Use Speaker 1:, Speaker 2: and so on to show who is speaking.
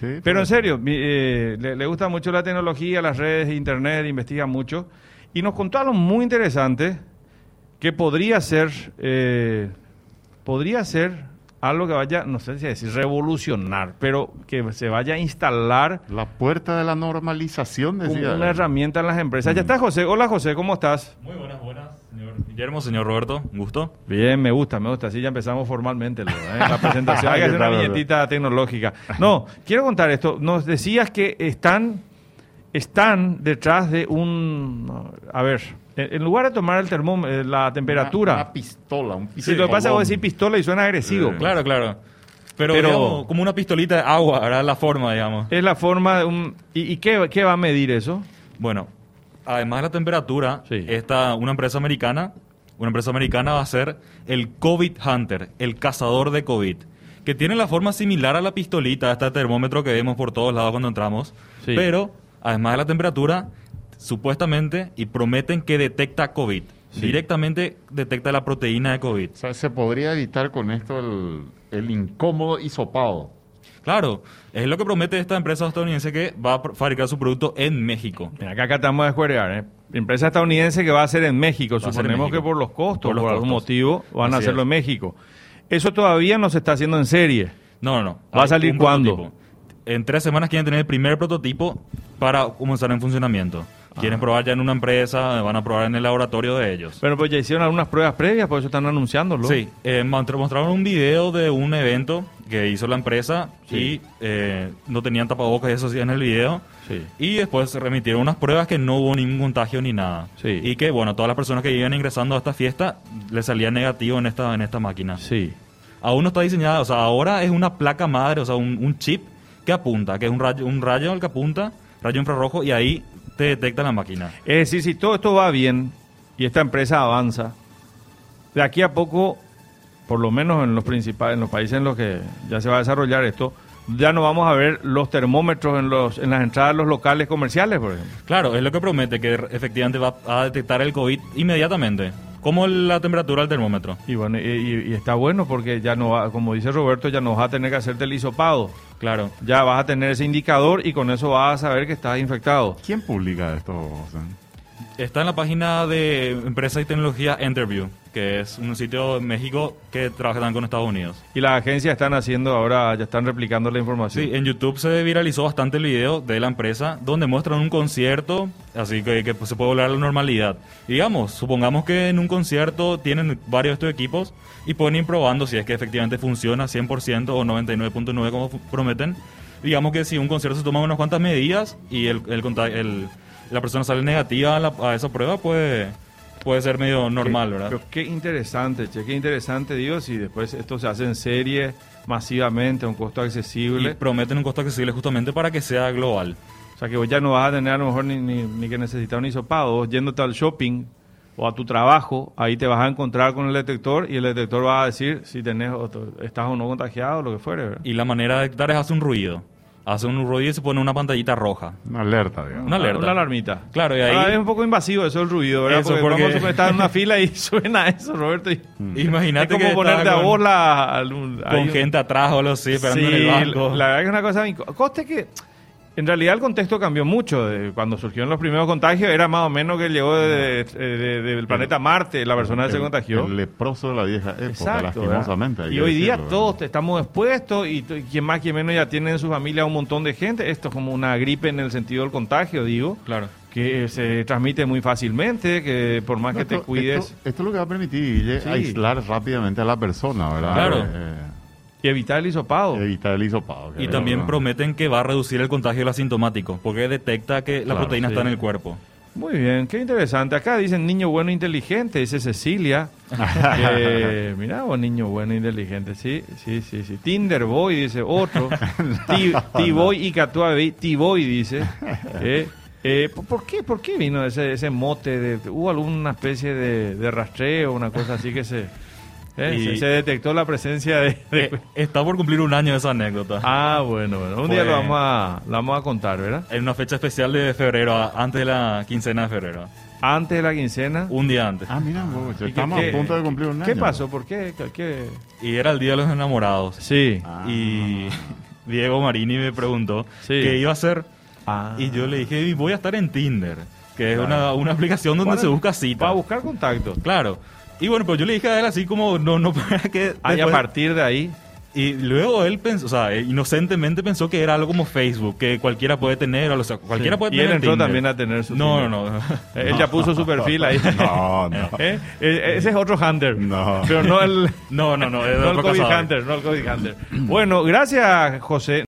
Speaker 1: Sí, pero en serio, mi- eh, le, le gusta mucho la tecnología, las redes, internet, investiga mucho. Y nos contó algo muy interesante que podría ser, eh, podría ser algo que vaya, no sé si decir revolucionar, pero que se vaya a instalar
Speaker 2: La puerta de la normalización,
Speaker 1: como
Speaker 2: decía.
Speaker 1: una herramienta en las empresas. Ya está José. Hola José, ¿cómo estás?
Speaker 3: Muy buenas, buenas, señor Guillermo, señor Roberto, un gusto.
Speaker 1: Bien, me gusta, me gusta. Así ya empezamos formalmente luego, ¿eh? la presentación. Hay que
Speaker 2: Qué
Speaker 1: hacer una
Speaker 2: bárbaro.
Speaker 1: viñetita tecnológica. No, quiero contar esto. Nos decías que están, están detrás de un... A ver, en en lugar de tomar el termó, eh, la temperatura...
Speaker 2: Una, una pistola, un
Speaker 1: si lo que pasa es que vos decís pistola y suena agresivo.
Speaker 3: Claro, claro. Eh, Pero,
Speaker 1: Pero-
Speaker 3: digamos, como una pistolita de agua, ¿verdad? La forma, digamos.
Speaker 1: Es la forma de un... ¿Y, y qué, qué va a medir eso?
Speaker 3: Bueno, además de la temperatura,
Speaker 1: Sí.
Speaker 3: esta, una empresa americana, una empresa americana va a ser el COVID Hunter, el cazador de COVID, que tiene la forma similar a la pistolita, a este termómetro que vemos por todos lados cuando entramos,
Speaker 1: Sí.
Speaker 3: pero además de la temperatura, supuestamente, y prometen que detecta COVID.
Speaker 1: Sí.
Speaker 3: Directamente detecta la proteína de COVID.
Speaker 2: O sea, se podría evitar con esto el, el incómodo hisopado.
Speaker 3: Claro, es lo que promete esta empresa estadounidense que va a pr- fabricar su producto en México.
Speaker 1: Mira, acá estamos de escuerear, ¿eh? Empresa estadounidense que va a ser en México.
Speaker 3: Va a ser en
Speaker 1: Suponemos que
Speaker 3: México.
Speaker 1: por los costos, por,
Speaker 3: Por los
Speaker 1: algún
Speaker 3: costos.
Speaker 1: motivo, van a
Speaker 3: Así
Speaker 1: hacerlo
Speaker 3: es.
Speaker 1: en México. Eso todavía no se está haciendo en serie.
Speaker 3: No, no, no.
Speaker 1: ¿Va a
Speaker 3: Hay
Speaker 1: salir
Speaker 3: un
Speaker 1: cuándo?
Speaker 3: prototipo. En tres semanas quieren tener el primer prototipo para comenzar en funcionamiento.
Speaker 1: Ah.
Speaker 3: Quieren probar ya en una empresa, van a probar en el laboratorio de ellos.
Speaker 1: Bueno, pues ya hicieron algunas pruebas previas, por eso están anunciándolo.
Speaker 3: Sí, eh, mont- mostraron un video de un evento que hizo la empresa y eh, no tenían tapabocas y eso sí en el video.
Speaker 1: Sí.
Speaker 3: Y después remitieron unas pruebas que no hubo ningún contagio ni nada.
Speaker 1: Sí.
Speaker 3: Y que, bueno, todas las personas que iban ingresando a esta fiesta le salía negativo en esta, en esta máquina.
Speaker 1: Sí.
Speaker 3: Aún no está diseñada, o sea, ahora es una placa madre, o sea, un, un chip que apunta, que es un rayo, un rayo al que apunta, rayo infrarrojo, y ahí te detecta la máquina.
Speaker 1: Es decir, si todo esto va bien y esta empresa avanza, de aquí a poco, por lo menos en los principales, en los países en los que ya se va a desarrollar esto, ya no vamos a ver los termómetros en los, en las entradas de los locales comerciales, por ejemplo.
Speaker 3: Claro, es lo que promete, que re- efectivamente va a detectar el COVID inmediatamente, como la temperatura del termómetro.
Speaker 1: Y bueno, y, y- y está bueno porque ya no va, como dice Roberto, ya no vas a tener que hacerte el hisopado.
Speaker 3: Claro.
Speaker 1: Ya vas a tener ese indicador y con eso vas a saber que estás infectado.
Speaker 2: ¿Quién publica esto? José?
Speaker 3: Está en la página de Empresa y Tecnología Interview, que es un sitio en México que trabaja también con Estados Unidos.
Speaker 1: Y las agencias están haciendo ahora, ya están replicando la información.
Speaker 3: Sí, en YouTube se viralizó bastante el video de la empresa donde muestran un concierto, así que, que se puede volver a la normalidad. Y digamos, supongamos que en un concierto tienen varios de estos equipos y pueden ir probando si es que efectivamente funciona 100% o 99.9 como fu- prometen. Digamos que si un concierto se toma unas cuantas medidas y el, el conta- el- la persona sale negativa a, la- a esa prueba, pues puede ser medio normal,
Speaker 1: Qué-
Speaker 3: ¿verdad?
Speaker 1: pero qué interesante, che, qué interesante, digo, si después esto se hace en serie, masivamente, a un costo
Speaker 3: Y
Speaker 1: accesible.
Speaker 3: prometen un costo accesible justamente para que sea global.
Speaker 1: O sea, que vos ya no vas a tener a lo mejor ni, ni- ni que necesitar un hisopado. Vos yéndote al shopping o a tu trabajo, ahí te vas a encontrar con el detector y el detector va a decir si tenés o to- estás o no contagiado, lo que fuere. ¿verdad?
Speaker 3: Y la manera de detectar es hacer un ruido. Hace un ruido y se pone una pantallita roja.
Speaker 2: Una alerta, digamos.
Speaker 3: Una alerta.
Speaker 1: Una alarmita.
Speaker 3: Claro, y ahí-
Speaker 1: Ahora es un poco invasivo eso el ruido, ¿verdad?
Speaker 3: Eso,
Speaker 1: porque
Speaker 3: porque-
Speaker 1: vamos a suponer, estás en una fila y suena eso, Roberto. y-
Speaker 3: Imagínate
Speaker 1: Mm. es como
Speaker 3: que
Speaker 1: ponerte
Speaker 3: estaba
Speaker 1: a
Speaker 3: con-
Speaker 1: vos la... al- ahí
Speaker 3: Con
Speaker 1: un-
Speaker 3: gente atrás o algo así, esperando en el banco.
Speaker 1: La verdad que es una cosa. inco- Coste que. En realidad el contexto cambió mucho. de cuando surgieron los primeros contagios era más o menos que llegó de- de- de- del planeta Marte, la persona que se
Speaker 2: El-
Speaker 1: contagió.
Speaker 2: El leproso de la vieja época,
Speaker 1: ¿verdad?
Speaker 2: lastimosamente. hay
Speaker 1: Y
Speaker 2: que
Speaker 1: hoy día
Speaker 2: decirlo,
Speaker 1: todos
Speaker 2: ¿verdad?
Speaker 1: estamos expuestos y, t- y quien más, quien menos ya tiene en su familia un montón de gente. Esto es como una gripe en el sentido del contagio, digo.
Speaker 3: Claro.
Speaker 1: Que se transmite muy fácilmente, que por más
Speaker 2: No,
Speaker 1: que te
Speaker 2: esto-
Speaker 1: cuides
Speaker 2: Esto, esto es lo que va a permitir, Guille,
Speaker 1: Sí.
Speaker 2: aislar rápidamente a la persona, ¿verdad?
Speaker 3: Claro.
Speaker 2: Eh,
Speaker 1: y evitar el hisopado.
Speaker 2: eh, evitar el hisopado. que
Speaker 3: Y
Speaker 2: es
Speaker 3: también
Speaker 2: lo-
Speaker 3: prometen que va a reducir el contagio del asintomático, porque detecta que la
Speaker 2: Claro,
Speaker 3: proteína
Speaker 1: sí.
Speaker 3: está en el cuerpo.
Speaker 1: Muy bien, qué interesante. Acá dicen niño bueno e inteligente, dice Cecilia. Eh, mirá vos, niño bueno e inteligente, sí, sí, sí, sí. Tinder Boy, dice otro. Ti- T-Boy y Catua T-Boy, dice. Eh, eh, ¿po- ¿Por qué por qué vino ese, ese mote? De, ¿Hubo alguna especie de, de rastreo, una cosa así que se, eh,
Speaker 3: Y-
Speaker 1: se, se detectó la presencia de... de-
Speaker 3: Eh, está por cumplir un año esa anécdota.
Speaker 1: Ah, bueno, bueno. Un día
Speaker 3: Fue-
Speaker 1: lo vamos, a, lo vamos a contar, ¿verdad?
Speaker 3: En una fecha especial de febrero, a- antes de la quincena de febrero.
Speaker 1: Antes de la quincena.
Speaker 3: Un día antes.
Speaker 2: Ah, mira, vos, ya
Speaker 1: ¿Y qué-
Speaker 2: estamos
Speaker 1: qué-
Speaker 2: a punto de cumplir un año.
Speaker 1: ¿Qué pasó? ¿Por qué? ¿Qué- qué? Ah.
Speaker 3: Y era el día de los enamorados.
Speaker 1: Sí.
Speaker 2: Ah.
Speaker 3: Y Diego Marini me preguntó
Speaker 1: Sí.
Speaker 3: qué iba a hacer.
Speaker 1: Ah.
Speaker 3: Y yo le dije, "Y voy a estar en Tinder, que es
Speaker 1: Claro.
Speaker 3: una, una aplicación donde
Speaker 1: Para-
Speaker 3: se busca citas.
Speaker 1: Para buscar contacto.
Speaker 3: Claro. Y bueno, pues yo le dije a él así como, no, no, para que...
Speaker 1: Ah, y a
Speaker 3: después-
Speaker 1: partir de ahí.
Speaker 3: y luego él pensó, o sea, eh, inocentemente pensó que era algo como Facebook, que cualquiera puede tener, o sea, cualquiera
Speaker 1: Sí.
Speaker 3: puede
Speaker 1: Y
Speaker 3: tener
Speaker 1: él entró
Speaker 3: Tinder.
Speaker 1: también a tener su
Speaker 3: No,
Speaker 1: Tinder.
Speaker 3: no, no.
Speaker 1: Él ya puso su perfil ahí.
Speaker 4: No, no.
Speaker 1: ¿Eh? E- Ese es otro Hunter.
Speaker 4: No.
Speaker 1: Pero no el,
Speaker 3: No, no, no. es
Speaker 1: no el
Speaker 3: otro
Speaker 1: COVID
Speaker 3: cazador.
Speaker 1: Hunter. No el COVID Hunter. Bueno, gracias, José.